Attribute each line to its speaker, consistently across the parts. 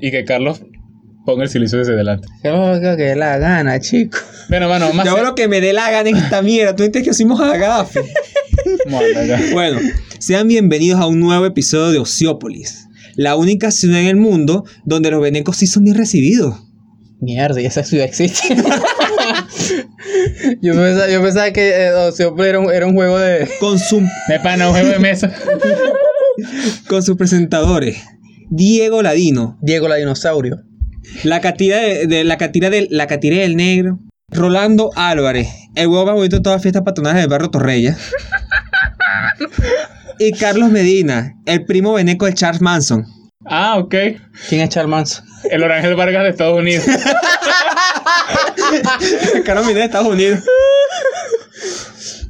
Speaker 1: y que Carlos ponga el silicio desde delante.
Speaker 2: Yo que la gana, chico.
Speaker 1: Bueno, mano, más.
Speaker 3: Yo
Speaker 1: se-
Speaker 3: hago lo que me dé la gana en esta mierda. Tú entiendes que hicimos a Gaddafi.
Speaker 1: Mano, ya.
Speaker 3: Bueno, sean bienvenidos a un nuevo episodio de Ociópolis. La única ciudad en el mundo donde los venecos sí son bien recibidos.
Speaker 2: Mierda, y esa ciudad existe. yo, pensaba, yo pensaba que eh, Oceopoli era un, era un juego de.
Speaker 3: Con, su-
Speaker 1: De pana, un juego de mesa.
Speaker 3: con sus presentadores. Diego Ladino.
Speaker 2: Diego la dinosaurio.
Speaker 3: La catira de, de- la catira del la catira del negro. Rolando Álvarez. El huevo más bonito de todas las fiestas patronales del barrio Torrella. y Carlos Medina, el primo veneco de Charles Manson.
Speaker 1: Ah, ok.
Speaker 2: ¿Quién es Charmanzo?
Speaker 1: El Orangel Vargas de Estados Unidos.
Speaker 3: Carlos Medina de Estados Unidos.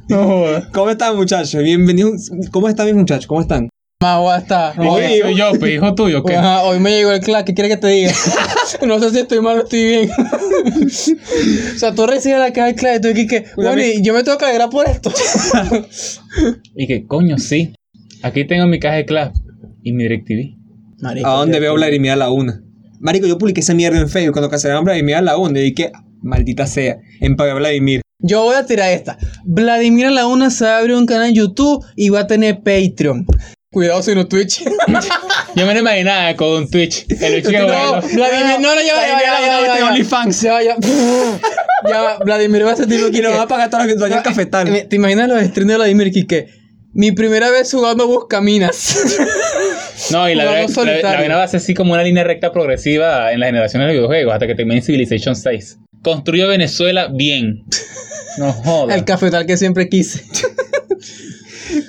Speaker 1: No jodas.
Speaker 3: ¿Cómo están, muchachos? Bienvenidos. ¿Cómo están, mis muchachos? ¿Cómo están?
Speaker 2: Más guasta.
Speaker 1: ¿Y
Speaker 2: Hoy,
Speaker 1: qué soy yo, pe, hijo tuyo, ¿qué?
Speaker 2: Ajá, hoy me llegó el clack. ¿Qué quieres que te diga? no sé si estoy mal o estoy bien. o sea, tú recibes la caja del clack y tú dices que.
Speaker 3: Una
Speaker 2: Bueno,
Speaker 3: vez-
Speaker 2: y yo me tengo que alegrar por esto.
Speaker 1: Y que, coño, sí. Aquí tengo mi caja de clap y mi DirecTV.
Speaker 2: Marico,
Speaker 3: ¿A dónde veo Vladimir a la una? Marico, yo publiqué esa mierda en Facebook cuando cancelaron Vladimir a la una y dije, maldita sea, empagué a Vladimir.
Speaker 2: Yo voy a tirar esta. Vladimir a la una se abre un canal en YouTube y va a tener Patreon. Cuidado si no Twitch.
Speaker 1: Yo me lo imaginaba con un Twitch. El bicho que
Speaker 2: No,
Speaker 1: bailó.
Speaker 2: Vladimir, no, no, ya va, ya va, ya va, ya va, ya va. Ya va, ya va. Ya va, Vladimir va a ser tipo
Speaker 3: Y
Speaker 2: que
Speaker 3: nos van a pagar todos los dueños del
Speaker 2: Eh,
Speaker 3: cafetal.
Speaker 2: ¿Te imaginas los streams de Vladimir que mi primera vez jugando buscaminas?
Speaker 1: No, y la, verdad- la,
Speaker 2: Jugando
Speaker 1: la,
Speaker 2: solitario.
Speaker 1: vaina va a ser así como una línea recta progresiva en las generaciones de videojuegos hasta que termine Civilization 6. Construyo Venezuela bien. No jodas.
Speaker 2: El cafetal que siempre quise.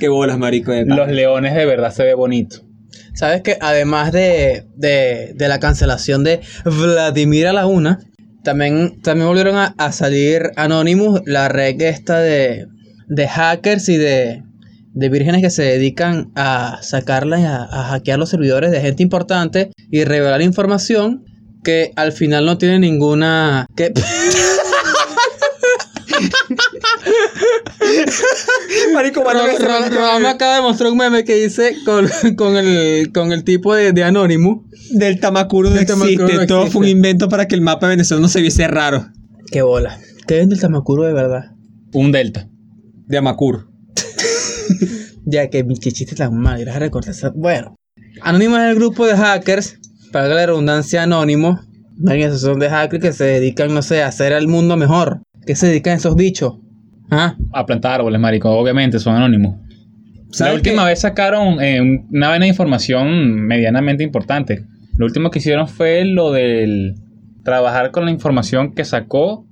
Speaker 3: Qué bolas, marico. de tal.
Speaker 1: Los leones de verdad se ve bonito.
Speaker 2: Sabes que además de, de, de la cancelación de Vladimir a la una, también, también volvieron a, a salir Anonymous, la red esta de, de hackers y de, de vírgenes que se dedican a sacarlas, a, a hackear los servidores de gente importante y revelar información que al final no tiene ninguna... Que,
Speaker 3: Marico, van a
Speaker 2: Ro-
Speaker 3: hacer-
Speaker 2: Ro- Rodolfo acaba de mostrar un meme que dice con, con el, con el tipo de, de Anonymous.
Speaker 3: Del Tamacuro no
Speaker 2: Del Tamacuro
Speaker 3: existe.
Speaker 2: no
Speaker 3: Todo fue un
Speaker 2: existe.
Speaker 3: invento para que el mapa venezolano se viese raro.
Speaker 2: Qué bola. ¿Qué vende el Tamacuro de verdad?
Speaker 1: Un delta.
Speaker 3: De Amacur.
Speaker 2: Ya que mi chichita es tan mal, gracias a recortar esa- Bueno, Anonymous es el grupo de hackers, para la redundancia anónimo, una organización de hackers que se dedican, no sé, a hacer al mundo mejor. ¿Qué se dedican esos bichos? ¿Ah?
Speaker 1: A plantar árboles, marico. Obviamente, son anónimos. La
Speaker 3: ¿Sabes
Speaker 1: última vez sacaron eh, un- una vaina de información medianamente importante. Lo último que hicieron fue lo del trabajar con la información que sacó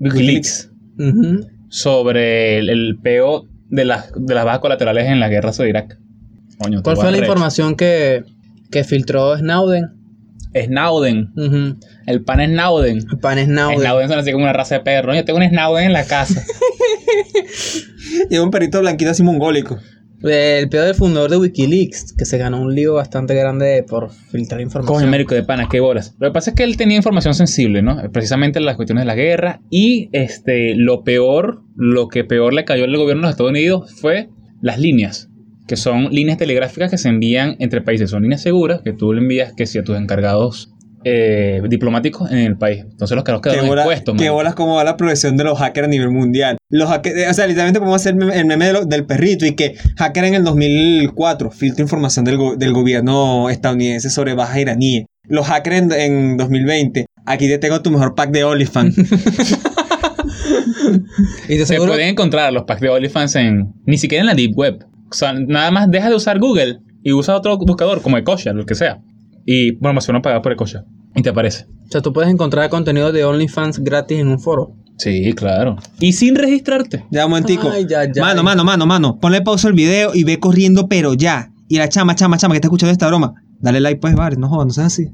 Speaker 1: Wikileaks
Speaker 2: Ujú.
Speaker 1: sobre el, el peo de las, de las bajas colaterales en la guerra sobre Irak. Coño,
Speaker 2: ¿Cuál
Speaker 1: tú
Speaker 2: fue la
Speaker 1: arrecho.
Speaker 2: información que, que filtró Snowden?
Speaker 1: Snowden.
Speaker 2: Ujú.
Speaker 1: El pan Snowden.
Speaker 2: Pan Snowden.
Speaker 1: Snowden suena así como una raza de perro. Yo tengo un Snowden en la casa.
Speaker 3: que- Lleva un perrito blanquito así mongólico.
Speaker 2: El peor del fundador de Wikileaks, que se ganó un lío bastante grande por filtrar
Speaker 1: Coño,
Speaker 2: información.
Speaker 1: médico de pana, qué bolas. Lo que pasa es que él tenía información sensible, ¿no? Precisamente las cuestiones de la guerra. Y este, lo peor, lo que peor le cayó al gobierno de los Estados Unidos fue las líneas, que son líneas telegráficas que se envían entre países. Son líneas seguras que tú le envías que si a tus encargados eh, diplomáticos en el país. Entonces los cargos
Speaker 3: Qué,
Speaker 1: quedaron
Speaker 3: bola-
Speaker 1: expuestos,
Speaker 3: qué
Speaker 1: marico.
Speaker 3: bolas cómo va la progresión de los hackers a nivel mundial. Los hackers, eh, o sea, literalmente podemos hacer mem- el meme de lo- del perrito y que hacker en el 2004 filtra información del, go- del gobierno estadounidense sobre bajas iraníes. Los hackers en, en 2020, aquí te tengo tu mejor pack de Olifant.
Speaker 2: Y de
Speaker 1: Se
Speaker 2: seguro,
Speaker 1: pueden encontrar los packs de OnlyFans en ni siquiera en la deep web. O sea, nada más deja de usar Google y usa otro buscador como Ecosia, lo que sea. Y bueno, se van a pagar por Ecosia. ¿Y te aparece?
Speaker 2: o sea, tú puedes encontrar contenido de OnlyFans gratis en un foro.
Speaker 1: Sí, claro. Y sin registrarte.
Speaker 3: ya, un momentico.
Speaker 2: Ay, ya, ya.
Speaker 3: mano, mano, mano, mano. Ponle pausa al video y ve corriendo, pero ya. Y la chama, chama, chama que está escuchando esta broma. Dale like pues, vale, no jodas, no seas así.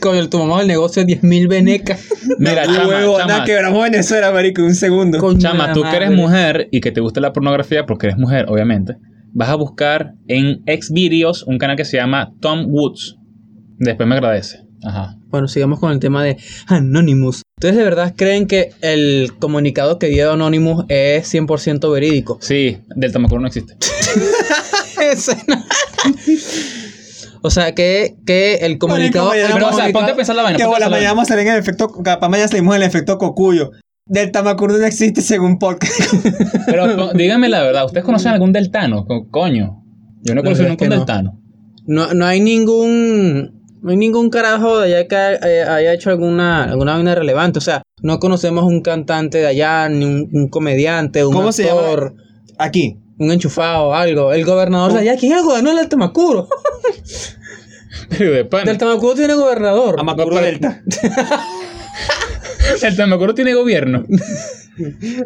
Speaker 2: Coño, tu mamá el negocio de 10.000 venecas.
Speaker 1: Mira,
Speaker 3: Huevo,
Speaker 1: chama,
Speaker 3: nada,
Speaker 1: chama,
Speaker 3: quebramos Venezuela, marico, un segundo.
Speaker 2: Coño de
Speaker 1: chama,
Speaker 2: la
Speaker 1: tú que eres
Speaker 2: madre.
Speaker 1: mujer y que te gusta la pornografía porque eres mujer, obviamente. Vas a buscar en Xvideos un canal que se llama Tom Woods. Después me agradece. Ajá.
Speaker 2: Bueno, sigamos con el tema de Anonymous. ¿Ustedes de verdad creen que el comunicado que dio Anonymous es 100% verídico?
Speaker 1: Sí, Delta Macron no existe.
Speaker 2: Ese no. O sea, que, que el comunicado...
Speaker 3: mañana
Speaker 2: el
Speaker 1: Pero, o sea,
Speaker 2: comunicado-
Speaker 1: ponte a pensar la vaina.
Speaker 3: Que
Speaker 1: ponte a
Speaker 3: bola,
Speaker 1: pensar la
Speaker 3: mañana
Speaker 1: vaina.
Speaker 3: vamos a salir en el efecto, capaz mañana salimos en el efecto cocuyo. Del Tamacurdo no existe según podcast.
Speaker 1: Pero co- díganme la verdad, ¿ustedes conocen algún deltano? Co- Coño. Yo no
Speaker 2: La
Speaker 1: conozco
Speaker 2: verdad
Speaker 1: nunca
Speaker 2: es
Speaker 1: un
Speaker 2: que no.
Speaker 1: deltano.
Speaker 2: No, no hay ningún. No hay ningún carajo de allá que eh, haya hecho alguna, alguna vaina relevante. O sea, no conocemos un cantante de allá, ni un, un comediante, un
Speaker 3: ¿Cómo se llama?
Speaker 2: actor,
Speaker 3: Aquí.
Speaker 2: un enchufado, algo. El gobernador de allá, ¿quién es el gobernador del Tamacuro?
Speaker 1: Pero de pana.
Speaker 2: Del Tamacuro tiene gobernador.
Speaker 3: Amacurdo
Speaker 1: pero-
Speaker 3: Delta.
Speaker 1: El Tamacuro tiene gobierno.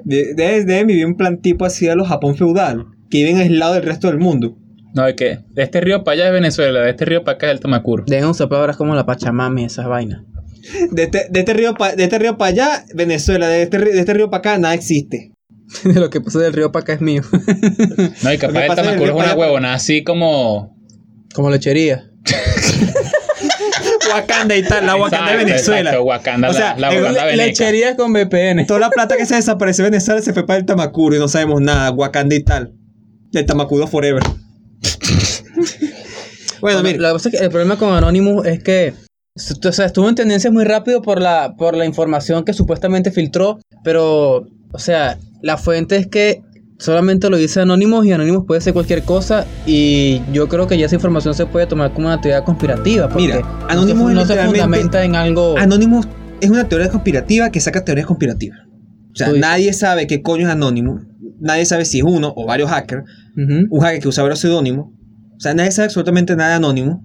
Speaker 3: De- Desde de, vivía un plan tipo así de los Japón feudal. Que viven aislados del resto del mundo.
Speaker 1: No, de que de este río para allá es Venezuela, de este río para acá es el Tamacuro.
Speaker 2: Dejen usar palabras como la Pachamami, esas vainas.
Speaker 3: De este, de este río para este río pa allá, Venezuela. De este, ri- de este río para acá, nada existe.
Speaker 2: De lo que puse del río para acá es mío.
Speaker 1: No, y
Speaker 3: Lo que
Speaker 1: capaz el
Speaker 3: pasa es
Speaker 1: Tamacuro es
Speaker 3: que el río
Speaker 1: una
Speaker 3: para allá-
Speaker 1: huevona así como.
Speaker 2: como lechería.
Speaker 3: Wakanda y tal, la Wakanda de
Speaker 1: Exacto,
Speaker 3: Venezuela.
Speaker 1: exacto, Wakanda,
Speaker 3: O
Speaker 1: la-
Speaker 3: sea,
Speaker 1: la
Speaker 3: es-
Speaker 1: Wakanda veneca.
Speaker 2: Lechería con VPN.
Speaker 3: Toda la plata que se desapareció en Venezuela se fue para el Tamacuro y no sabemos nada. Wakanda y tal. El Tamacuro Forever. bueno,
Speaker 2: Bueno,
Speaker 3: mira.
Speaker 2: Lo que pasa es que el problema con Anonymous es que o sea, estuvo en tendencias muy rápido por la, por la información que supuestamente filtró, pero, o sea, la fuente es que solamente lo dice Anonymous y Anonymous puede ser cualquier cosa y yo creo que ya esa información se puede tomar como una teoría conspirativa. Porque
Speaker 3: Mira,
Speaker 2: no se
Speaker 3: Anonymous
Speaker 2: fu-
Speaker 3: es
Speaker 2: no se,
Speaker 3: literalmente-
Speaker 2: fundamenta en algo...
Speaker 3: Anonymous es una teoría conspirativa que saca teorías conspirativas. O sea,
Speaker 2: Uy.
Speaker 3: nadie sabe qué coño es Anonymous. Nadie sabe si es uno o varios hackers.
Speaker 2: Ujú.
Speaker 3: Un hacker que usa varios seudónimos. O sea, nadie sabe absolutamente nada de Anonymous.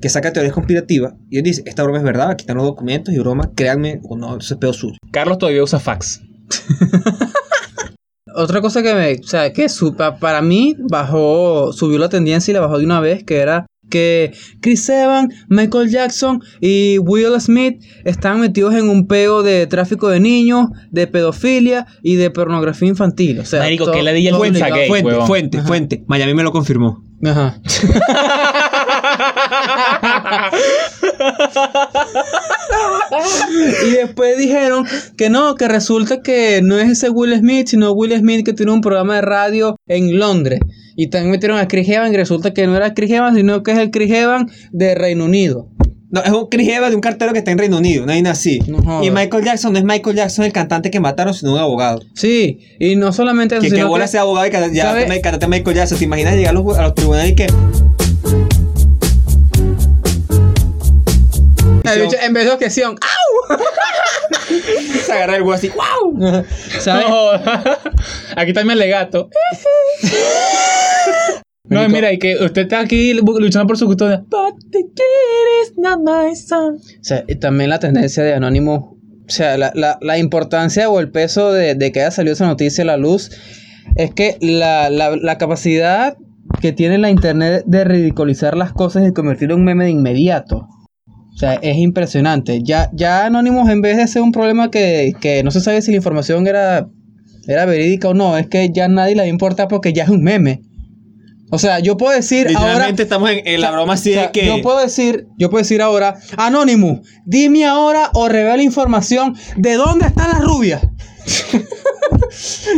Speaker 3: Que saca teorías conspirativas. Y él dice, esta broma es verdad, aquí están los documentos y broma, créanme o no, eso es peor suyo.
Speaker 1: Carlos todavía usa fax.
Speaker 2: Otra cosa que me... O sea, que su- pa- para mí bajó, subió la tendencia y la bajó de una vez, que era que Chris Evans, Michael Jackson y Will Smith están metidos en un peo de tráfico de niños, de pedofilia y de pornografía infantil. O sea,
Speaker 1: Marico,
Speaker 2: todo-
Speaker 1: que la di el
Speaker 2: todo
Speaker 1: Fuente,
Speaker 2: ligado.
Speaker 1: gay,
Speaker 3: fuente,
Speaker 1: huevón.
Speaker 3: fuente, fuente. Miami me lo confirmó.
Speaker 2: Ajá. Y después dijeron que no, que resulta que no es ese Will Smith, sino Will Smith que tiene un programa de radio en Londres. Y también metieron a Chris Evans y resulta que no era Chris Evans, sino que es el Chris Evans de Reino Unido.
Speaker 3: No, es un Chris Evans de un cartero que está en Reino Unido, no hay nada así.
Speaker 2: No jodas.
Speaker 3: y Michael Jackson no es Michael Jackson el cantante que mataron, sino un abogado.
Speaker 2: Sí, y no solamente eso,
Speaker 3: Que, que
Speaker 2: sino
Speaker 3: bola
Speaker 2: que-
Speaker 3: sea abogado y canta- ya
Speaker 2: ¿Sabe?
Speaker 3: me- cantante Michael Jackson. ¿Te imaginas llegar a los, a los tribunales y que
Speaker 2: El bicho en vez de ah, objeción.
Speaker 3: se agarra el huevo así? ¡Wow!
Speaker 2: ¡ah! ¿Sabes?
Speaker 1: No, aquí está mi alegato. No, y mira, y que usted está aquí luchando por su custodia. But the kid is not my son.
Speaker 2: O sea, y también la tendencia de Anonymous. O sea, la, la- la importancia o el peso de, de que haya salido esa noticia a la luz es que la, la- la capacidad que tiene la internet de ridiculizar las cosas y convertirlo en un meme de inmediato. O sea, es impresionante. Ya, ya Anonymous, en vez de ser un problema que, que no se sabe si la información era, era verídica o no, es que ya nadie le importa porque ya es un meme. O sea, yo puedo decir ahora
Speaker 3: Literalmente estamos en, en la
Speaker 2: o sea,
Speaker 3: broma así
Speaker 2: o sea,
Speaker 3: de que.
Speaker 2: Yo puedo decir, yo puedo decir ahora, Anonymous, dime ahora o revela información de dónde están las rubias.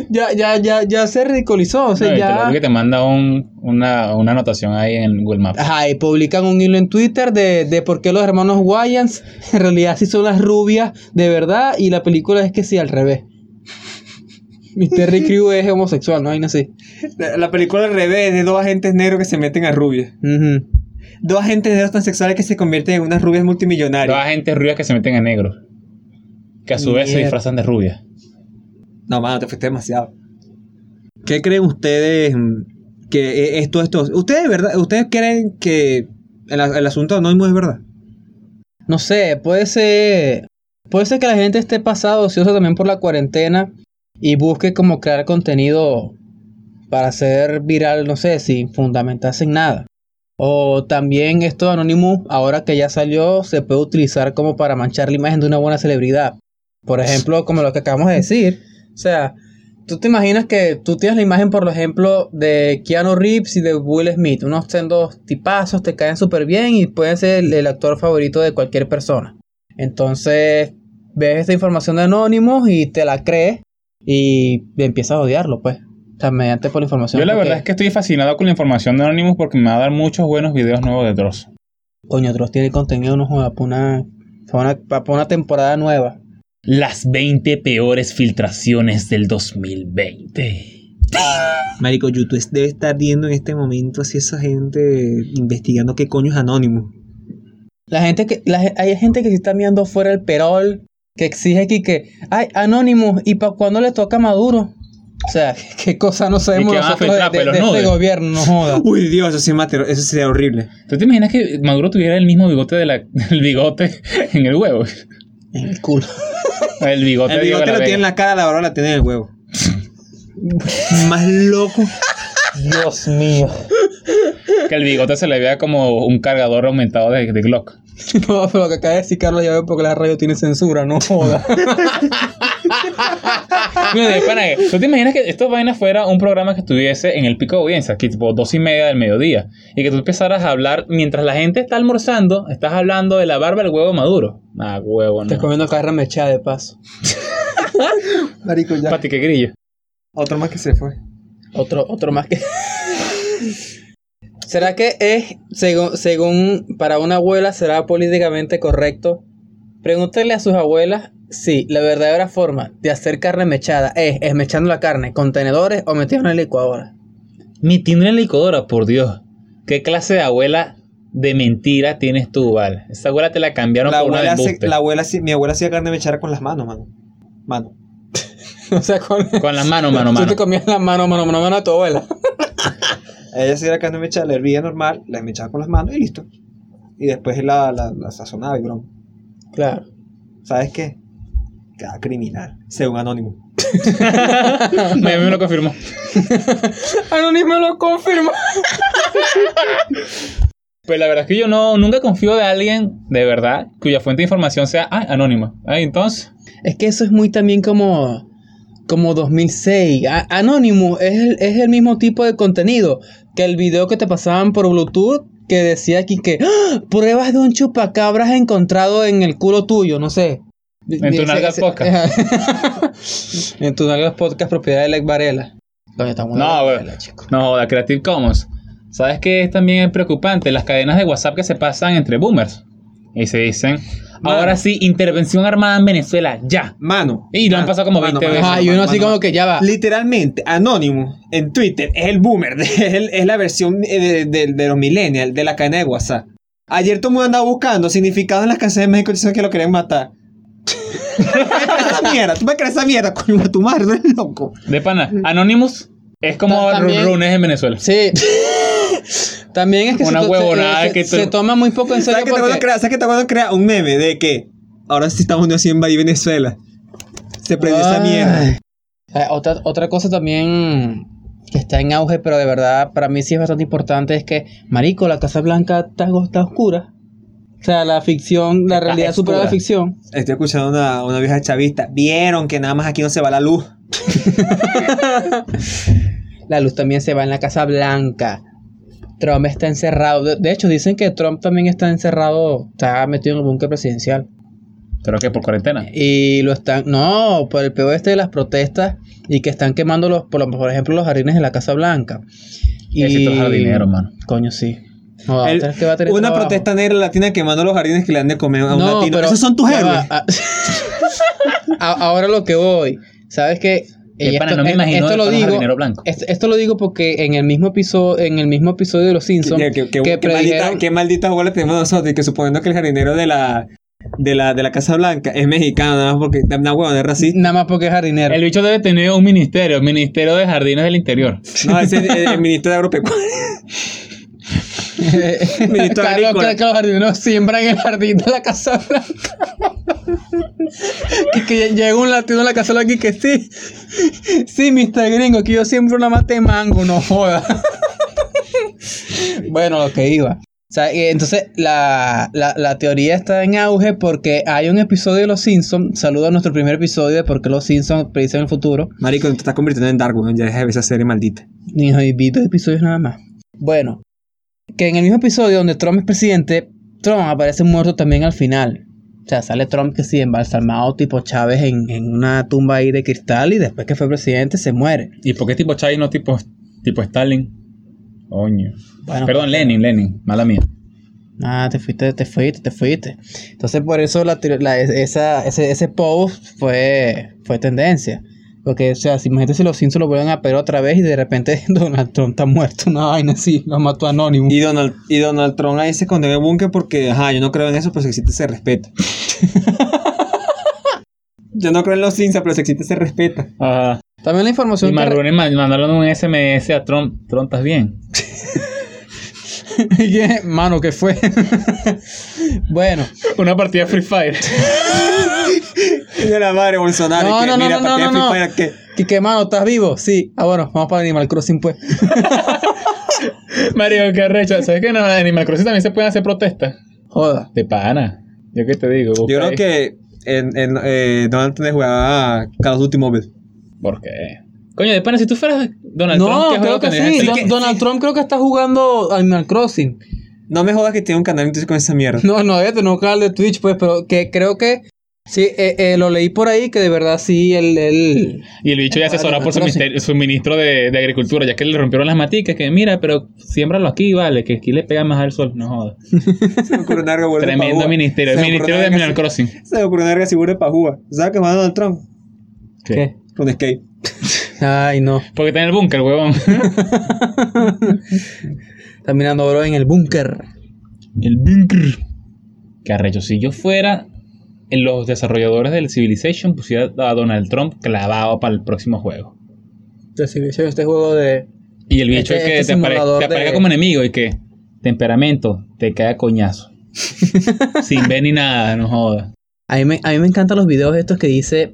Speaker 2: ya, ya, ya, ya se ridiculizó. O sea,
Speaker 1: No, y te lo
Speaker 2: ya.
Speaker 1: digo que te manda un- una, una anotación ahí en Google
Speaker 3: Ah,
Speaker 1: Maps.
Speaker 2: Ajá, y publican un hilo en Twitter de, de por qué los hermanos Wayans en realidad sí son las rubias de verdad y la película es que sí al revés. Y Terry Crew es homosexual, no hay así.
Speaker 3: La, la película al revés de dos agentes negros que se meten a rubias.
Speaker 2: Ujú.
Speaker 3: Dos agentes negros transexuales que se convierten en unas rubias
Speaker 1: Dos
Speaker 3: multimillonarias.
Speaker 1: agentes rubias que se meten a negros. Que a su vez se
Speaker 3: Mierda.
Speaker 1: disfrazan de rubias.
Speaker 3: No, mano, te fuiste demasiado. ¿Qué creen ustedes mm, que eh, esto, esto? ¿Ustedes, verdad? ¿Ustedes creen que el, a- el asunto anónimo es verdad?
Speaker 2: No sé, puede ser. Puede ser que la gente esté pasada ociosa también por la cuarentena y busque como crear contenido para ser viral, no sé, sin fundamentarse en nada. O también esto de Anonymous, ahora que ya salió, se puede utilizar como para manchar la imagen de una buena celebridad. Por ejemplo, como lo que acabamos de decir. O sea, tú te imaginas que tú tienes la imagen, por ejemplo, de Keanu Reeves y de Will Smith. Unos sendos tipazos, te caen súper bien y pueden ser el, el actor favorito de cualquier persona. Entonces, ves esta información de Anonymous y te la crees y empiezas a odiarlo, pues. O sea, mediante por la información.
Speaker 1: Yo la
Speaker 2: porque-
Speaker 1: verdad es que estoy fascinado con la información de Anonymous porque me va a dar muchos buenos videos nuevos de Dross.
Speaker 2: Coño, Dross tiene contenido, no joda, para una, para una, para una temporada nueva.
Speaker 1: Las 20 peores filtraciones del 2020.
Speaker 3: Marico, YouTube debe estar viendo en este momento así esa gente investigando qué coño es anónimo.
Speaker 2: La gente que, la ge- hay gente que sí está mirando fuera el perol, que exige aquí que, ay, Anonymous, ¿y para cuándo le toca a Maduro? O sea, qué, qué cosa no sabemos
Speaker 1: que van a
Speaker 2: nosotros de,
Speaker 1: filtrar,
Speaker 2: de-
Speaker 1: pero
Speaker 2: de
Speaker 1: no,
Speaker 2: este
Speaker 1: de-
Speaker 2: gobierno, no joda.
Speaker 3: Uy, Dios, eso, sí matero- eso sería horrible.
Speaker 1: ¿Tú te imaginas que Maduro tuviera el mismo bigote de la, el bigote en el huevo?
Speaker 2: En el culo.
Speaker 1: El bigote,
Speaker 3: El
Speaker 1: de Diego de
Speaker 3: bigote
Speaker 1: la
Speaker 3: lo tiene
Speaker 1: Vega.
Speaker 3: en la cara, la hora la tiene en el huevo. Más loco.
Speaker 2: Dios mío.
Speaker 1: Que el bigote se le vea como un cargador aumentado de, de Glock.
Speaker 2: No, pero lo que acaba de decir Carlos ya veo porque la radio tiene censura, no joda.
Speaker 1: Mira, de pana que- ¿Tú te imaginas que esto vaina fuera un programa que estuviese en el pico de audiencia, que tipo dos y media del mediodía, y que tú empezaras a hablar mientras la gente está almorzando, estás hablando de la barba del huevo maduro? Ah, huevo,
Speaker 2: Estás
Speaker 1: no.
Speaker 2: comiendo carne mechada de paso.
Speaker 3: Marico, ya.
Speaker 1: Pati, qué grillo.
Speaker 3: Otro más que se fue.
Speaker 2: Otro, otro más que. ¿Será que es, según, según para una abuela, será políticamente correcto? Pregúntele a sus abuelas si la verdadera forma de hacer carne mechada es esmechando la carne con tenedores o metiendo en la licuadora.
Speaker 1: Ni tiene la licodora, por Dios. ¿Qué clase de abuela de mentira tienes tú, Val? Esa abuela te la cambiaron
Speaker 3: la,
Speaker 1: por una de
Speaker 3: abuela hace-
Speaker 1: embuste.
Speaker 3: la abuela hace- mi abuela hacía carne mechada con las manos, mano. Mano.
Speaker 2: O sea, con,
Speaker 1: Con las manos, mano,
Speaker 2: Tú
Speaker 1: mano.
Speaker 2: te comías la mano, mano, mano, mano a tu abuela.
Speaker 3: Ella hacía la carne mechada, la hervía normal, la mechaba con las manos y listo. Y después la, la, la sazonaba y broma.
Speaker 2: Claro.
Speaker 3: ¿Sabes qué? Cada criminal, según Anónimo.
Speaker 1: Me, me lo confirmó.
Speaker 2: Anónimo lo confirma.
Speaker 1: Pues la verdad es que yo no, nunca confío de alguien, de verdad, cuya fuente de información sea ah, anónima. Ah, entonces.
Speaker 2: Es que eso es muy también como, como 2006. A- Anonymous es el, es el mismo tipo de contenido que el video que te pasaban por Bluetooth que decía aquí que ¡Ah! pruebas de un chupacabras encontrado en el culo tuyo, no sé.
Speaker 1: En tu nalgas podcast.
Speaker 2: en tu nalgas podcast propiedad de Lex Varela. Coño, estamos en
Speaker 1: No,
Speaker 2: la
Speaker 1: güey.
Speaker 2: Varela, chico.
Speaker 1: No, la Creative Commons. ¿Sabes qué es también preocupante? Las cadenas de WhatsApp que se pasan entre boomers. Y se dicen, ahora sí, intervención armada en Venezuela, ya.
Speaker 3: Mano.
Speaker 1: Y lo han pasado como 20 veces.
Speaker 2: Ajá, y uno así como que ya va.
Speaker 3: Literalmente, Anónimo en Twitter es el boomer, de- es, el- es la versión eh, de, de- de los millennials, de la cadena de WhatsApp. Ayer todo el mundo andaba buscando significado en las canciones de México diciendo que lo querían matar. ¿Tú me crees esa mierda? ¿Tú me crees esa mierda? Coño, tu madre, tú eres loco.
Speaker 1: De pana, Anonymous es como
Speaker 2: Ta- también-
Speaker 1: runes en Venezuela.
Speaker 2: Sí. También es que
Speaker 1: Una
Speaker 2: se, to- se-
Speaker 1: huevonada
Speaker 2: se-
Speaker 1: que tú-
Speaker 2: se toma muy poco en
Speaker 3: ¿Sabes
Speaker 2: serio
Speaker 3: que te van a
Speaker 2: porque
Speaker 3: crear, ¿sabes que te van a crear un meme de que ahora sí Estados Unidos sí invadió Venezuela? Se prendió esa
Speaker 2: Ay.
Speaker 3: mierda.
Speaker 2: Eh, Otra, otra cosa también que está en auge, pero de verdad para mí sí es bastante importante, es que, Marico, la Casa Blanca está, está oscura. O sea, la ficción, la
Speaker 1: Está
Speaker 2: realidad supera la
Speaker 1: oscura.
Speaker 2: ficción.
Speaker 3: Estoy escuchando una, una vieja chavista. Vieron que nada más aquí no se va la luz.
Speaker 2: La luz también se va en la Casa Blanca. Trump está encerrado. De, de hecho, dicen que Trump también está encerrado, está metido en el búnker presidencial.
Speaker 1: Pero que por cuarentena.
Speaker 2: Y lo están, no, por el peor este de las protestas y que están quemando, los, por, lo- por ejemplo, los jardines de la Casa Blanca.
Speaker 1: Y... Necesito jardinero, mano.
Speaker 2: Coño, sí. No,
Speaker 3: El-
Speaker 2: ¿sabes qué va a tener
Speaker 3: una
Speaker 2: trabajo?
Speaker 3: protesta negra latina quemando los jardines que le han de comer a un latino.
Speaker 2: pero-
Speaker 3: Esos son tus
Speaker 2: ya
Speaker 3: héroes.
Speaker 2: va, a- A- ahora lo que voy, ¿sabes qué?
Speaker 1: De
Speaker 2: Y
Speaker 1: pana, no me
Speaker 2: es-
Speaker 1: imagino de
Speaker 2: lo
Speaker 1: pana
Speaker 2: digo,
Speaker 1: jardinero blanco.
Speaker 2: es- esto lo digo porque en el mismo episodio, en el mismo episodio de Los Simpsons,
Speaker 3: Qué- qué- qué-
Speaker 2: que
Speaker 3: qué maldita,
Speaker 2: predijeron-
Speaker 3: qué maldita abuela tenemos nosotros. Y que suponiendo que el jardinero de la, de la, de la Casa Blanca es mexicano, nada más porque una huevona es racista.
Speaker 2: nada más porque es jardinero.
Speaker 1: El bicho debe tener un ministerio, el Ministerio de Jardines del Interior.
Speaker 3: No, ese es el, el ministro de Agropecuario. ministro
Speaker 2: Carlos
Speaker 3: agrícola.
Speaker 2: cree que los jardineros siembran el jardín de la Casa Blanca. que, que llega un latino a la Casa Blanca y que sí, sí, Mr. Gringo, que yo siembro una mate de mango, no joda. bueno, lo que iba. O sea, eh, entonces, la, la- la teoría está en auge porque hay un episodio de Los Simpsons. Saludo a nuestro primer episodio de por qué Los Simpsons predicen el futuro.
Speaker 3: Marico, te estás convirtiendo en Dark, weón. Ya deja de ver esa serie maldita.
Speaker 2: Ni vi dos episodios nada más. Bueno, que en el mismo episodio donde Trump es presidente, Trump aparece muerto también al final. O sea, sale Trump que sí, embalsamado tipo Chávez en, en una tumba ahí de cristal y después que fue presidente se muere.
Speaker 1: ¿Y por qué tipo Chávez no tipo, tipo Stalin? Coño.
Speaker 2: Bueno,
Speaker 1: Perdón, Lenin, Lenin, mala mía.
Speaker 2: Ah, te fuiste, te fuiste, te fuiste. Entonces por eso la, teor- la- esa, ese, ese post fue, fue tendencia. Porque, o sea, si, imagínate si los Simpsons lo vuelven a pegar otra vez y de repente Donald Trump está muerto, una vaina así, lo mató Anonymous.
Speaker 3: Y Donald, y Donald Trump ahí se escondió en el búnker porque, ajá, yo no creo en eso, pero si existe se respeta. yo no creo en los Simpsons, pero si existe se respeta.
Speaker 1: Ajá.
Speaker 2: También la
Speaker 1: Y
Speaker 2: información... que-
Speaker 1: Marrone mandaron un SMS a Trump. Trump, ¿estás bien?
Speaker 2: Y que, Mano, ¿qué fue? bueno.
Speaker 1: Una partida Free Fire.
Speaker 3: Y de la madre Bolsonaro. y
Speaker 2: No,
Speaker 3: que,
Speaker 2: no, no,
Speaker 3: mira,
Speaker 2: no,
Speaker 3: partida
Speaker 2: no, no,
Speaker 3: Free
Speaker 2: no.
Speaker 3: Fire, que-
Speaker 2: ¿Y qué, mano? ¿Estás vivo? Sí. Ah, bueno, vamos para Animal Crossing, pues.
Speaker 1: Mario, qué arrecho. ¿Sabes que en Animal Crossing también se pueden hacer protestas?
Speaker 2: Joda.
Speaker 1: De pana. Yo qué te digo.
Speaker 3: Yo creo
Speaker 1: busca ahí.
Speaker 3: que en, en, eh, Donald Trump le jugaba a Call of Duty Mobile.
Speaker 1: ¿Por qué? Coño, de pana, si tú fueras Donald Trump,
Speaker 2: no,
Speaker 1: ¿qué
Speaker 2: creo
Speaker 1: juego
Speaker 2: que
Speaker 1: tendrías
Speaker 2: sí.
Speaker 1: en
Speaker 2: Don-
Speaker 1: Steam?
Speaker 2: Donald Trump creo que está jugando Animal Crossing.
Speaker 3: No me jodas que tiene un canal entonces con esa mierda.
Speaker 2: No, no, debe tener un canal de Twitch, pues, pero que creo que... Sí, eh, eh, lo leí por ahí que de verdad sí, él... él-
Speaker 1: Y el bicho ya asesorado por su, mister- su ministro de, de agricultura, ya que le rompieron las maticas, que mira, pero siémbralo aquí, vale, que aquí le pega más al sol, no jodas.
Speaker 3: Se me ocurrió una verga, vuelve pa'
Speaker 1: Tremendo
Speaker 3: Cuba.
Speaker 1: ministerio,
Speaker 3: Se
Speaker 1: el
Speaker 3: me
Speaker 1: ministerio
Speaker 3: ocurrió una
Speaker 1: de
Speaker 3: verga
Speaker 1: Animal
Speaker 3: así-
Speaker 1: Crossing.
Speaker 3: Se me ocurrió una verga segura para Cuba. ¿Sabes qué más Donald Trump?
Speaker 2: ¿Qué?
Speaker 3: Con skate.
Speaker 2: Ay, no.
Speaker 1: Porque está en el búnker, huevón.
Speaker 2: Está mirando, bro, en el búnker.
Speaker 1: El búnker. Qué arrecho. Si yo fuera eh, los desarrolladores del Civilization, pusiera a Donald Trump clavado para el próximo juego.
Speaker 2: De Civilization, este juego de...
Speaker 1: Y el bicho
Speaker 2: Este-
Speaker 1: es que
Speaker 2: este
Speaker 1: te, apare-
Speaker 2: simulador
Speaker 1: te aparezca
Speaker 2: de-
Speaker 1: como enemigo y que temperamento te cae a coñazo. Sin ver ni nada, no jodas.
Speaker 2: A mí, me, a mí me encantan los videos estos que dice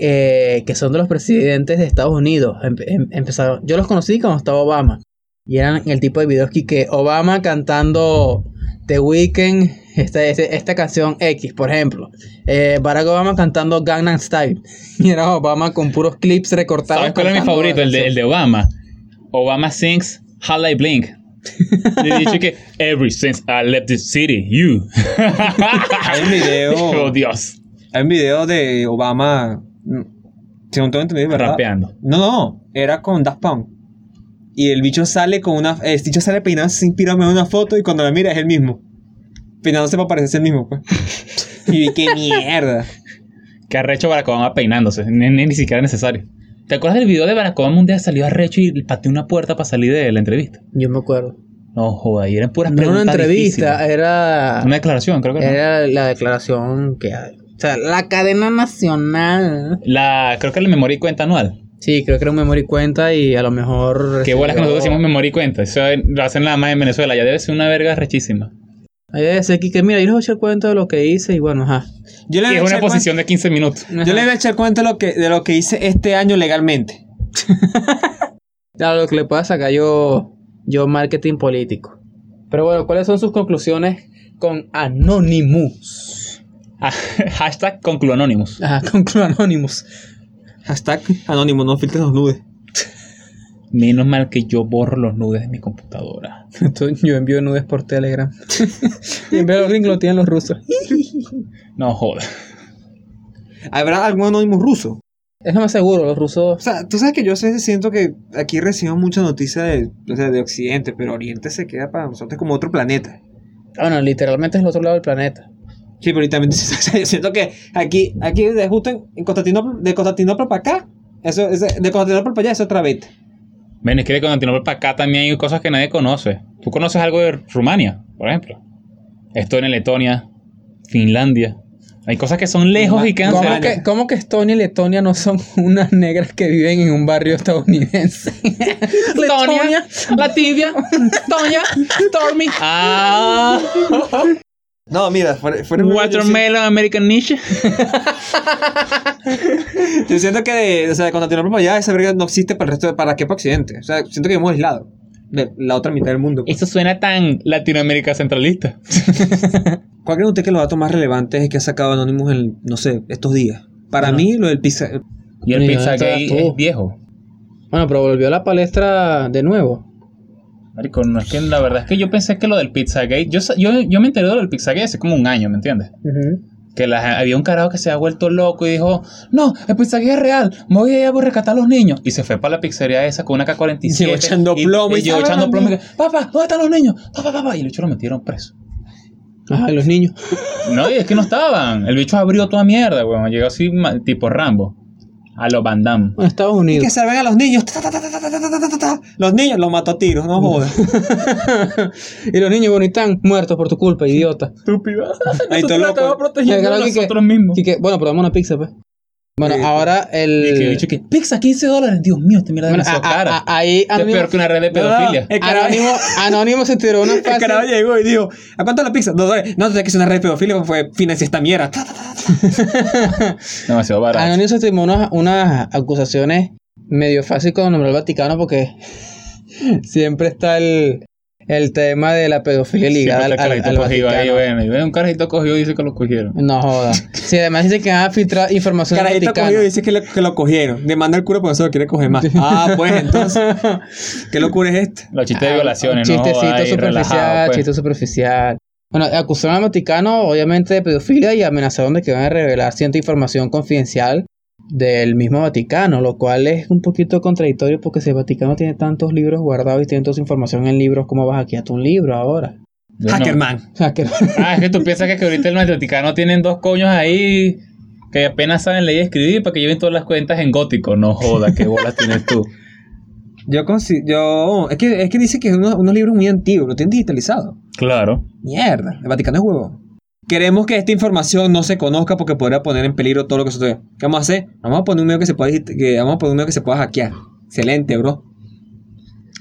Speaker 2: eh, que son de los presidentes de Estados Unidos. Em- em- empezaron, yo los conocí cuando estaba Obama. Y eran el tipo de videos que, que Obama cantando The Weeknd, esta, este- esta canción X, por ejemplo. Eh, Barack Obama cantando Gangnam Style. Y era Obama con puros clips recortados.
Speaker 1: ¿Sabes cuál es mi
Speaker 2: cantando
Speaker 1: favorito?
Speaker 2: la
Speaker 1: El de, el
Speaker 2: canción.
Speaker 1: de Obama. Obama sings How I Blink. Y he dicho que Ever since I left this city, you.
Speaker 3: Hay un video.
Speaker 1: Oh, Dios.
Speaker 3: Hay un video de Obama. mm, Según todo entendido, ¿verdad?
Speaker 1: Rapeando.
Speaker 3: No, no, era con Daft Punk. Y el bicho sale con una. El bicho sale peinado sin pirarme en una foto y cuando la mira es el mismo. Peinándose para parecerse el mismo, pues. Y vi, qué mierda.
Speaker 1: Qué arrecho Barack Obama peinándose. Ni, ni- ni siquiera necesario. ¿Te acuerdas del video de Barack Obama un día salió arrecho y pateó una puerta para salir de la entrevista?
Speaker 2: Yo me acuerdo.
Speaker 1: No, joder, y eran puras
Speaker 2: No era una
Speaker 1: preguntas
Speaker 2: entrevista,
Speaker 1: difíciles.
Speaker 2: era...
Speaker 1: Una declaración, creo que era.
Speaker 2: Era la declaración que... O sea, la cadena nacional...
Speaker 1: La, creo que era la memoria y cuenta anual.
Speaker 2: Sí, creo que era un memory cuenta y a lo mejor. este,
Speaker 1: Qué bolas que
Speaker 2: recibió-
Speaker 1: nosotros decimos memoria y cuenta. Eso lo hacen nada más en Venezuela. Ya debe ser una verga rechísima.
Speaker 2: Ahí dice aquí que mira, yo les voy a echar cuenta de lo que hice y bueno, ajá.
Speaker 3: Yo le
Speaker 1: Y
Speaker 3: voy
Speaker 1: es
Speaker 3: a
Speaker 1: una
Speaker 3: echar cuen-
Speaker 1: posición de 15 minutos.
Speaker 3: Yo le voy a echar cuenta de lo que, de lo que hice este año legalmente.
Speaker 2: Claro, lo que le pueda sacar yo, yo marketing político. Pero bueno, ¿cuáles son sus conclusiones con Anonymous?
Speaker 1: Ah, Hashtag conclu Anonymous.
Speaker 2: Ajá, con Anonymous.
Speaker 3: Hashtag anónimo, no filtres los nudes.
Speaker 1: Menos mal que yo borro los nudes de mi computadora.
Speaker 2: Entonces, yo envío nudes por Telegram. y en vez de los gringos lo tienen los rusos.
Speaker 1: No joda.
Speaker 3: ¿Habrá algún anónimo ruso?
Speaker 2: Es lo más seguro, los
Speaker 3: O
Speaker 2: rusos.
Speaker 3: sea, tú sabes que yo sé- siento que aquí recibo mucha noticia de, o sea, de Occidente, pero Oriente se queda para nosotros como otro planeta.
Speaker 2: Bueno, literalmente es el otro lado del planeta.
Speaker 3: Sí, pero y también o sea, yo siento que aquí, aquí de justo en, en Constantinopla, de Constantinopla para acá, eso, es- de Constantinopla para allá es otra beta.
Speaker 1: Ven, es que de Constantinopla para acá también hay cosas que nadie conoce. Tú conoces algo de Rumania, por ejemplo. Estonia, Letonia, Finlandia. Hay cosas que son lejos y quedan
Speaker 3: ¿Cómo
Speaker 1: cerca.
Speaker 2: ¿Cómo que, ¿Cómo que Estonia y Letonia no son unas negras que viven en un barrio estadounidense? Letonia,
Speaker 1: la tibia, Toña, Stormy. Ah,
Speaker 3: No, mira, fuera, fuera de broma, yo si-
Speaker 1: Watermelon American Niche.
Speaker 3: Yo, siento que de, o sea, de Constantinopla para allá esa verga no existe para el resto de, para qué para Occidente. O sea, siento que hemos aislado de la otra mitad del mundo. pues.
Speaker 1: Eso suena tan Latinoamérica centralista.
Speaker 3: ¿Cuál creen ustedes que los datos más relevantes es que ha sacado Anonymous en, no sé, estos días? Para mí, lo del pizza...
Speaker 1: Y el
Speaker 2: Mira,
Speaker 1: pizza
Speaker 2: ¿dónde
Speaker 1: gay
Speaker 2: estabas tú?
Speaker 1: es viejo.
Speaker 2: Bueno, pero volvió a la palestra de nuevo.
Speaker 1: Marico, no es que la verdad es que yo pensé que lo del pizza gay. Yo, sa- yo, yo me enteré de lo del pizza gay hace como un año, ¿me entiendes? Que la- había un carajo que se había vuelto loco y dijo, no, el pizzería es real, me voy a ir a rescatar a los niños. Y se fue para la pizzería esa con una K-47.
Speaker 3: Llegó echando plomo
Speaker 1: Y,
Speaker 3: y
Speaker 1: llegó
Speaker 3: ¡Ah,
Speaker 1: echando plomo. y
Speaker 3: no!
Speaker 1: que, papá, ¿dónde están los niños? Papá, papá. Y el hecho lo metieron preso.
Speaker 2: Ajá, los niños.
Speaker 1: No, y es que no estaban. El bicho abrió toda mierda, weón. Llegó así ma- tipo Rambo. A los Van Damme.
Speaker 2: En Estados
Speaker 3: Y que
Speaker 2: Unidos.
Speaker 3: salven a los niños. Ta, ta, ta, ta, ta, ta, ta, ta, ta, ta. Los niños los mató a tiros, no jodas.
Speaker 2: y los niños, bueno, y están muertos por tu culpa, idiota.
Speaker 1: Estúpido.
Speaker 3: Ahí
Speaker 1: Nosotros
Speaker 3: todo loco.
Speaker 1: estamos protegiendo a
Speaker 2: Claro, y que-
Speaker 1: nosotros mismos.
Speaker 2: Y que, bueno, pero dame una pizza, pues. Bueno,
Speaker 3: Sí.
Speaker 2: ahora
Speaker 1: Y que el
Speaker 2: el.
Speaker 1: bicho que, pizza 15 dólares. Dios mío, esta mierda es
Speaker 2: Bueno,
Speaker 1: demasiado
Speaker 2: a- a-
Speaker 1: cara.
Speaker 2: a- ahí
Speaker 1: Esto es
Speaker 2: Anónimo,
Speaker 1: peor que una red de
Speaker 3: No, no,
Speaker 1: pedofilia.
Speaker 2: Eh,
Speaker 3: el carajo-
Speaker 2: Anónimo, Anónimo se tiró una
Speaker 3: El carajo
Speaker 2: fácil.
Speaker 3: llegó y dijo: ¿A cuánto la pizza? Dos dólares. No, sé que es una red pedofílica, fue financia esta mierda. Ta, ta, ta, ta.
Speaker 1: Demasiado barato.
Speaker 2: Anónimo se tiró unas, unas acusaciones medio fácil con nombrar al Vaticano porque siempre está el, el tema de la pedofilia ligada
Speaker 1: Siempre
Speaker 2: al,
Speaker 1: está el carajito
Speaker 2: al- al
Speaker 1: cogido ahí,
Speaker 2: Vaticano.
Speaker 1: bueno. Y ve un carajito cogido y dice que lo cogieron.
Speaker 2: No joda. Sí, además dice que van a filtrar información del
Speaker 3: Carajito
Speaker 2: Vaticano.
Speaker 3: cogido dice que, le- que lo cogieron. Demanda el cura porque no se lo quiere coger más. Ah, pues entonces. ¿Qué locura es esta?
Speaker 1: Los chistes
Speaker 2: Ah,
Speaker 1: de violaciones,
Speaker 2: un
Speaker 1: ¿no?
Speaker 2: Chistecito
Speaker 1: Ahí,
Speaker 2: superficial,
Speaker 1: relajado, pues.
Speaker 2: chiste superficial. Bueno, acusaron al Vaticano, obviamente, de pedofilia y amenazaron de que van a revelar cierta información confidencial del mismo Vaticano, lo cual es un poquito contradictorio porque si el Vaticano tiene tantos libros guardados y tiene toda su información en libros, ¿cómo vas a hackear tú un libro ahora?
Speaker 1: Yo no-
Speaker 3: Hackerman.
Speaker 2: O sea, que-
Speaker 1: Ah, es que tú piensas que, que ahorita en el Vaticano tienen dos coños ahí que apenas saben leer y escribir para que lleven todas las cuentas en gótico. No joda, qué bolas tienes tú.
Speaker 3: Yo consi- yo es que, es que dice que es uno- unos libros muy antiguos, lo tienen digitalizado.
Speaker 1: Claro.
Speaker 3: Mierda, el Vaticano es huevo. Queremos que esta información no se conozca porque podría poner en peligro todo lo que sucede. ¿Qué vamos a hacer? Vamos a poner un medio que se pueda digit- que vamos a poner un medio que se pueda hackear. Excelente, bro.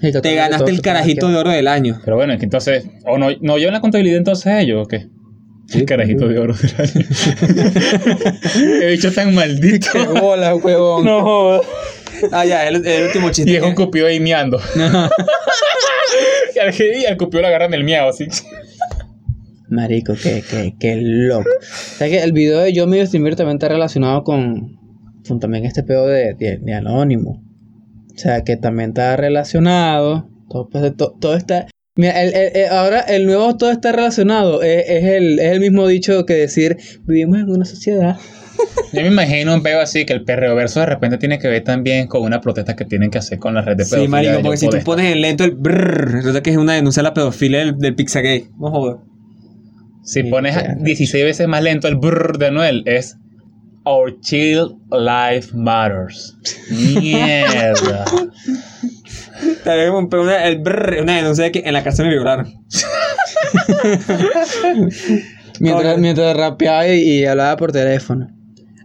Speaker 2: y que
Speaker 3: Te ganaste el carajito de oro del año.
Speaker 1: Pero bueno, es que entonces, o no, no llevan la contabilidad entonces ellos, ¿o qué?
Speaker 3: Sí.
Speaker 1: Carajito de oro del año. He dicho tan maldito.
Speaker 2: ¡Qué bola, huevón!
Speaker 1: No joda.
Speaker 3: Ah, ya, el, el último chiste.
Speaker 1: Y es un cupido ahí miando. y, al, y al cupido lo agarran el miado, así.
Speaker 2: Marico, qué, qué, qué loco. O sea que el video de Yo medio streamer también está relacionado con, con también este pedo de, de- de Anónimo. O sea que también está relacionado. Todo, pues, to- todo está. Mira, el- el- el- ahora el nuevo todo está relacionado. Es, es el, es el mismo dicho que decir vivimos en una sociedad.
Speaker 1: Yo me imagino un peo así que el perreo verso de repente tiene que ver también con una protesta que tienen que hacer con la red de pedofilia.
Speaker 3: Sí, marico,
Speaker 1: de
Speaker 3: porque si tú
Speaker 1: Yocodes.
Speaker 3: pones en lento el brrr, resulta que es una denuncia a la pedofilia del, del Pizzagate. No jodas.
Speaker 1: Si pones
Speaker 2: Qué arrecho.
Speaker 1: 16 veces más lento el brrr de Noel, es Our Chill Life Matters. Mierda.
Speaker 3: Te veo un- pero una- el brrr, una denuncia de que en la cárcel me violaron.
Speaker 2: Mientras,
Speaker 3: Oye.
Speaker 2: mientras rapeaba y, y hablaba por teléfono.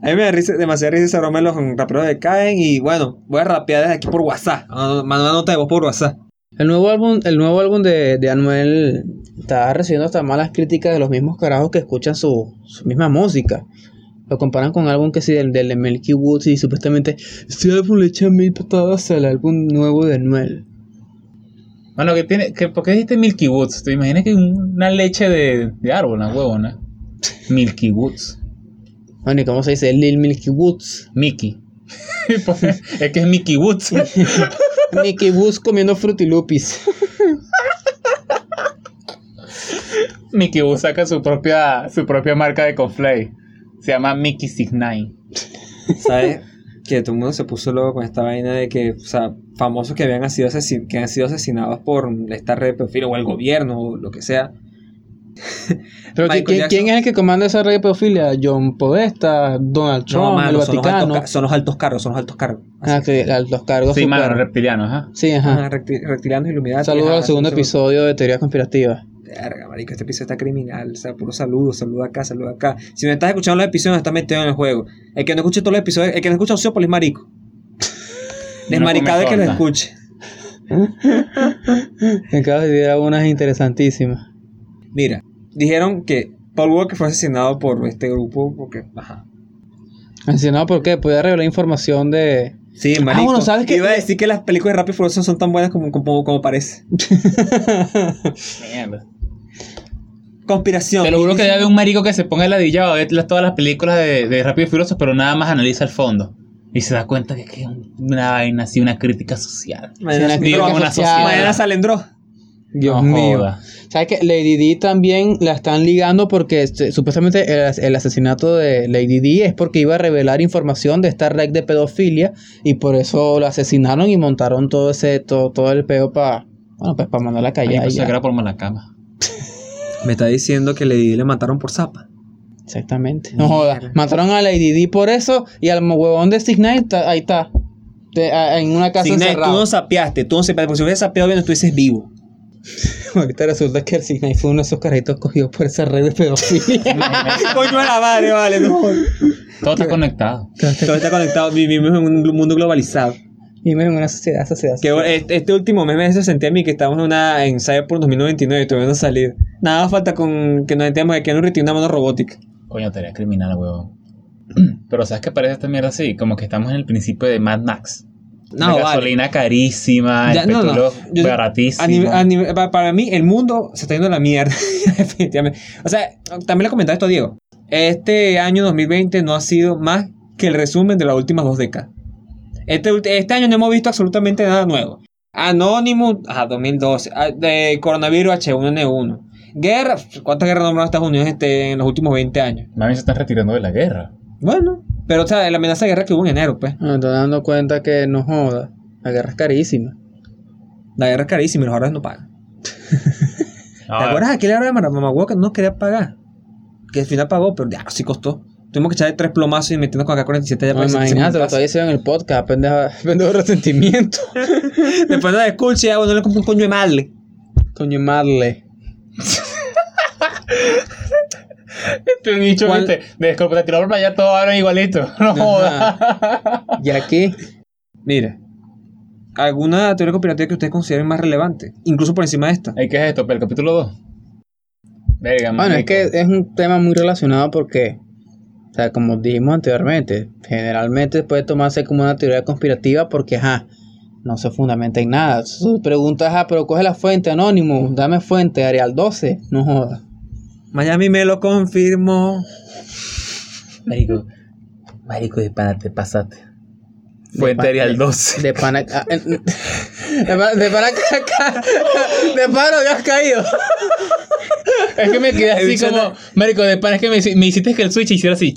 Speaker 3: A mí me da risa, demasiada risa esa broma de los raperos de caen y bueno, voy a rapear desde aquí por WhatsApp. Mando mando una nota de voz por WhatsApp.
Speaker 2: El nuevo álbum, el nuevo álbum de, de Anuel está recibiendo hasta malas críticas de los mismos carajos que escuchan su, su misma música. Lo comparan con un álbum que sí, del, del de Milky Woods y supuestamente este álbum le echa mil patadas al álbum nuevo de Anuel.
Speaker 1: Bueno, que tiene, que, ¿por qué dijiste Milky Woods? ¿Te imaginas que una leche de, de árbol, una huevona? Milky Woods.
Speaker 2: Bueno, ¿y cómo se dice? Lil Milky Woods.
Speaker 1: Mickey. Pues, es que es Mickey Woods.
Speaker 2: Milky Woods comiendo frutilupis.
Speaker 1: Mickey Woods saca su propia, su propia marca de conflay. Se llama Mickey Six Nine.
Speaker 3: ¿Sabes? que todo el mundo se puso loco con esta vaina de que, o sea, famosos que habían sido, asesin- que han sido asesinados por esta red de pedofilia o el gobierno o lo que sea.
Speaker 2: Pero ¿qui-
Speaker 3: Michael
Speaker 2: ¿quién,
Speaker 3: Jackson.
Speaker 2: quién es el que comanda esa red de pedofilia? John Podesta, Donald Trump,
Speaker 3: No,
Speaker 2: el
Speaker 3: mano, son los, altos,
Speaker 2: Vaticano.
Speaker 3: ca- son los altos cargos, son los altos cargos. Así.
Speaker 2: Ah, que al- los cargos.
Speaker 1: Sí, mano,
Speaker 2: super-
Speaker 1: reptilianos, ajá.
Speaker 2: Sí,
Speaker 3: Ajá,
Speaker 2: ajá.
Speaker 3: recti- Reptilianos iluminados.
Speaker 2: Saludos al segundo episodio de Teorías Conspirativas.
Speaker 3: Verga, marico, este episodio está criminal. O sea, puro saludo, saludo acá, saludo acá. Si no estás escuchando los episodios, no estás metido en el juego. El que no escuche todos los episodios, el que no escucha Ociópolis, marico. Desmaricado
Speaker 1: No
Speaker 3: el
Speaker 1: come
Speaker 3: que lo
Speaker 1: torta.
Speaker 3: escuche.
Speaker 2: Me acabas de decir algunas interesantísimas.
Speaker 3: Mira, dijeron que Paul Walker fue asesinado por este grupo porque, ajá.
Speaker 2: Mencionado por qué, podía revelar información de.
Speaker 3: Sí,
Speaker 1: Ah,
Speaker 3: marico.
Speaker 2: bueno, ¿sabes qué?
Speaker 3: Iba a decir que las películas de Rápido y Furioso son tan buenas como, como, como parece.
Speaker 1: Mierda.
Speaker 3: Conspiración.
Speaker 1: Te lo juro que debe haber un marico que se ponga ladillado a ver las- todas las películas de, de Rápido y Furioso, pero nada más analiza el fondo. Y se da cuenta que es que es una vaina así, una crítica social.
Speaker 3: Mañana,
Speaker 2: Una
Speaker 3: salen
Speaker 1: crítica
Speaker 3: Dross.
Speaker 1: social.
Speaker 3: Mañana salen Dross.
Speaker 2: Dios
Speaker 1: No
Speaker 2: mío.
Speaker 1: joda.
Speaker 2: ¿Sabes que Lady D también la están ligando porque este, supuestamente el, as- el asesinato de Lady D es porque iba a revelar información de esta red de pedofilia y por eso lo asesinaron y montaron todo ese todo, todo el peo para bueno, pues para mandarla a
Speaker 1: Ay,
Speaker 2: callar. y
Speaker 1: pensé
Speaker 2: ya.
Speaker 1: que era por mala cama.
Speaker 3: Me está diciendo que Lady Di le mataron por zapa.
Speaker 2: Exactamente. No jodas. Mataron a Lady D por eso y al huevón de Signite ta- ahí está. De- a- en una casa
Speaker 3: Signal, tú
Speaker 2: encerrada.
Speaker 3: no sapeaste, tú no sapeaste, porque si hubieras sapeado bien, estuvieses vivo.
Speaker 2: Ahorita resulta que el Signite fue uno de esos carritos cogidos por esa red de pedofilia.
Speaker 3: Coño de la madre, vale, no.
Speaker 1: Todo está conectado.
Speaker 3: Todo está conectado, vivimos en un gl- mundo globalizado.
Speaker 2: y miren, una sociedad, sociedad.
Speaker 3: Que bueno, este, este último mes me sentí a mí que estamos en una en Cyberpunk 2099 y todavía no ha salido. Nada falta con que nos enteremos de que no retiene una mano robótica.
Speaker 1: Coño, tarea criminal, huevón. Pero ¿sabes qué parece esta mierda así? Como que estamos en el principio de Mad Max. La
Speaker 3: No, vale.
Speaker 1: gasolina carísima,
Speaker 3: Ya,
Speaker 1: el
Speaker 3: no, no.
Speaker 1: petróleo
Speaker 3: Yo-
Speaker 1: baratísimo.
Speaker 3: A nivel- a nivel- pa- para mí, el mundo se está yendo a la mierda. Definitivamente. O sea, también le comentaba esto a Diego. Este año 2020 no ha sido más que el resumen de las últimas dos décadas. Este, ulti- este año no hemos visto absolutamente nada nuevo. Anonymous, ajá, 2012. ah, de coronavirus H1N1. Guerra, ¿cuántas guerras nombraron Estados Unidos este, en los últimos 20 años?
Speaker 1: Más bien se están retirando de la guerra.
Speaker 3: Bueno, pero o sea, la amenaza de guerra que hubo en enero, pues.
Speaker 2: Me estoy dando cuenta que no joda. La guerra es carísima.
Speaker 3: La guerra es carísima y los árabes no pagan. ¿Te
Speaker 1: Ah,
Speaker 3: acuerdas de aquel árabe mamagüevo que no nos quería pagar? Que al final pagó, pero ya sí costó. Tuvimos que echarle tres plomazos y meternos con acá 47 ya
Speaker 2: No,
Speaker 3: para que se-
Speaker 2: imagínate, lo
Speaker 3: se-
Speaker 2: estoy diciendo en el podcast. Pendejo, pendejo resentimiento.
Speaker 3: Después de la escucha, ya bueno, le compré un coño de madre.
Speaker 2: Coño, Marley.
Speaker 1: Este bicho,
Speaker 3: ¿Cuál?
Speaker 1: viste, de descompatibilidad para allá todos hablan igualito. No jodas.
Speaker 2: Ajá. Y aquí,
Speaker 3: Mira, ¿alguna teoría conspirativa que ustedes consideren más relevante? Incluso por encima de esta.
Speaker 1: Ey, ¿Qué es esto? ¿El capítulo 2? Verga,
Speaker 2: bueno, es
Speaker 1: marico.
Speaker 2: que es un tema muy relacionado porque, o sea, como dijimos anteriormente, generalmente puede tomarse como una teoría conspirativa porque, ajá, no se fundamenta en nada. Sus preguntas, ajá, "Ah, pero coge la fuente, anónimo, dame fuente, Arial 12, no joda.
Speaker 3: Miami me lo confirmó.
Speaker 1: Marico, marico de pana, te pasaste. Fuente Arial 12.
Speaker 2: De pana. ah, eh, De pana. De pana. De pana, habías caído.
Speaker 1: Es que me quedé
Speaker 3: El
Speaker 1: así
Speaker 3: bicho
Speaker 1: como,
Speaker 3: anda-
Speaker 1: marico de pana, es que me, hici- me hiciste que el switch hiciera así.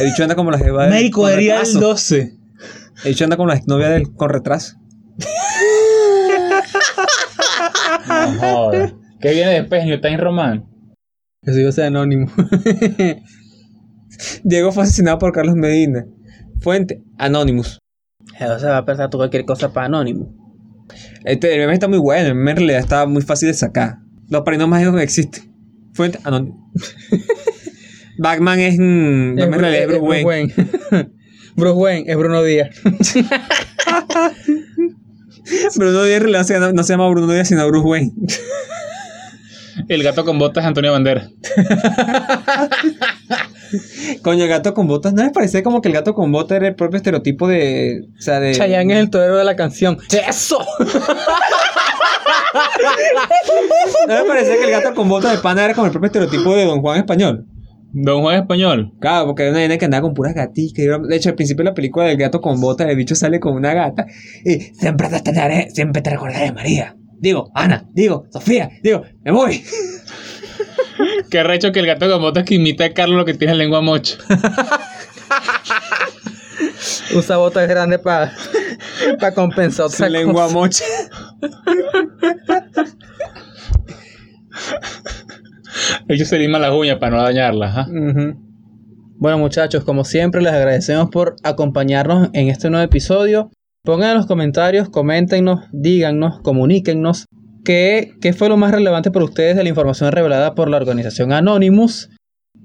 Speaker 3: El bicho anda como la jeva del-
Speaker 1: Marico
Speaker 3: con
Speaker 1: de Arial
Speaker 3: retraso.
Speaker 1: 12.
Speaker 3: El bicho anda como la novia del con retraso.
Speaker 1: No jodas. ¿Qué viene después? New Time Roman.
Speaker 2: Yo soy ese anónimo.
Speaker 3: Diego fue asesinado por Carlos Medina. Fuente, Anonymous.
Speaker 2: O sea, va a pensar tú cualquier cosa para anónimo.
Speaker 3: Este, el meme está muy bueno, el meme en realidad está muy fácil de sacar. Los parinos mágicos que existen. Fuente anónimo. Batman es. mm, Batman en realidad es Bruce Wayne.
Speaker 2: Bruce Wayne es Bruno Díaz.
Speaker 3: Bruno Díaz en realidad se llama- no se llama Bruno Díaz, sino Bruce Wayne.
Speaker 1: El gato con botas de Antonio Bandera.
Speaker 3: Coño, el gato con botas. ¿No les parecía como que el gato con botas era el propio estereotipo de. O sea, de.
Speaker 2: Chayanne es el torero de la canción. ¡Eso!
Speaker 3: ¿No les parecía que el gato con botas de pana era como el propio estereotipo de Don Juan español?
Speaker 1: Don Juan Español.
Speaker 3: Claro, porque era una nena que andaba con puras gaticas. y era- De hecho, al principio de la película del gato con botas, el bicho sale con una gata. Y siempre te, estaré- siempre te recordaré, María. Digo, Ana, digo, Sofía, digo, me voy.
Speaker 1: Qué recho que el gato con botas que imita a Carlos lo que tiene lengua mocha.
Speaker 2: Usa botas grandes para pa compensar otra
Speaker 3: Su lengua
Speaker 2: cosa.
Speaker 3: mocha.
Speaker 1: Ellos se liman las uñas para no dañarlas. ajá.
Speaker 2: Ujú. Bueno, muchachos, como siempre, les agradecemos por acompañarnos en este nuevo episodio. Pongan en los comentarios, coméntenos, díganos, comuníquennos qué, qué fue lo más relevante para ustedes de la información revelada por la organización Anonymous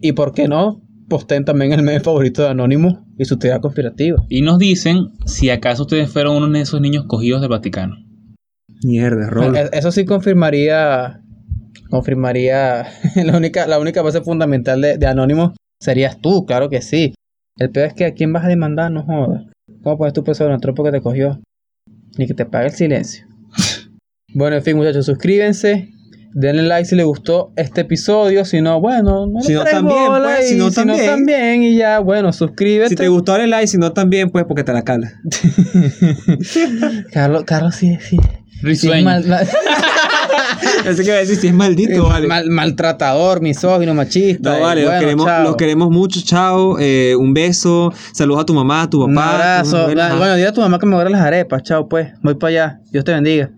Speaker 2: y, por qué no, posten también el meme favorito de Anonymous y su teoría conspirativa.
Speaker 1: Y nos dicen si acaso ustedes fueron uno de esos niños cogidos del Vaticano.
Speaker 3: Mierda, Rol.
Speaker 2: E- Eso sí confirmaría, confirmaría la única, la única base fundamental de, de Anonymous serías tú, claro que sí. El peor es que a quién vas a demandar, no jodas. ¿Cómo puedes tú pensar en el tropo que te cogió? Ni que te pague el silencio. bueno, en fin, muchachos, suscríbense. Denle like si les gustó este episodio. Si no, bueno, no le
Speaker 3: Si no,
Speaker 2: pares
Speaker 3: también,
Speaker 2: bola
Speaker 3: pues,
Speaker 2: y
Speaker 3: si no, también.
Speaker 2: también, Y ya, bueno, suscríbete.
Speaker 3: Si te gustó, dale like. Si no, también, pues, porque te la calas.
Speaker 2: Carlos, Carlos, sí, sí. sí es
Speaker 1: Risueño.
Speaker 2: mal- mal-
Speaker 3: Pensé que iba a decir si es maldito, vale.
Speaker 2: Eh, Mal- maltratador, misógino, machista.
Speaker 3: No,
Speaker 2: y
Speaker 3: vale,
Speaker 2: bueno,
Speaker 3: los, queremos,
Speaker 2: chao.
Speaker 3: los queremos mucho, chao. eh, un beso. Saludos a tu mamá, a tu papá.
Speaker 2: Un
Speaker 3: a tus
Speaker 2: abrazo.
Speaker 3: abuelas.
Speaker 2: Bueno, dile a tu mamá que me guarde las arepas. Chao, pues. Voy para allá. Dios te bendiga.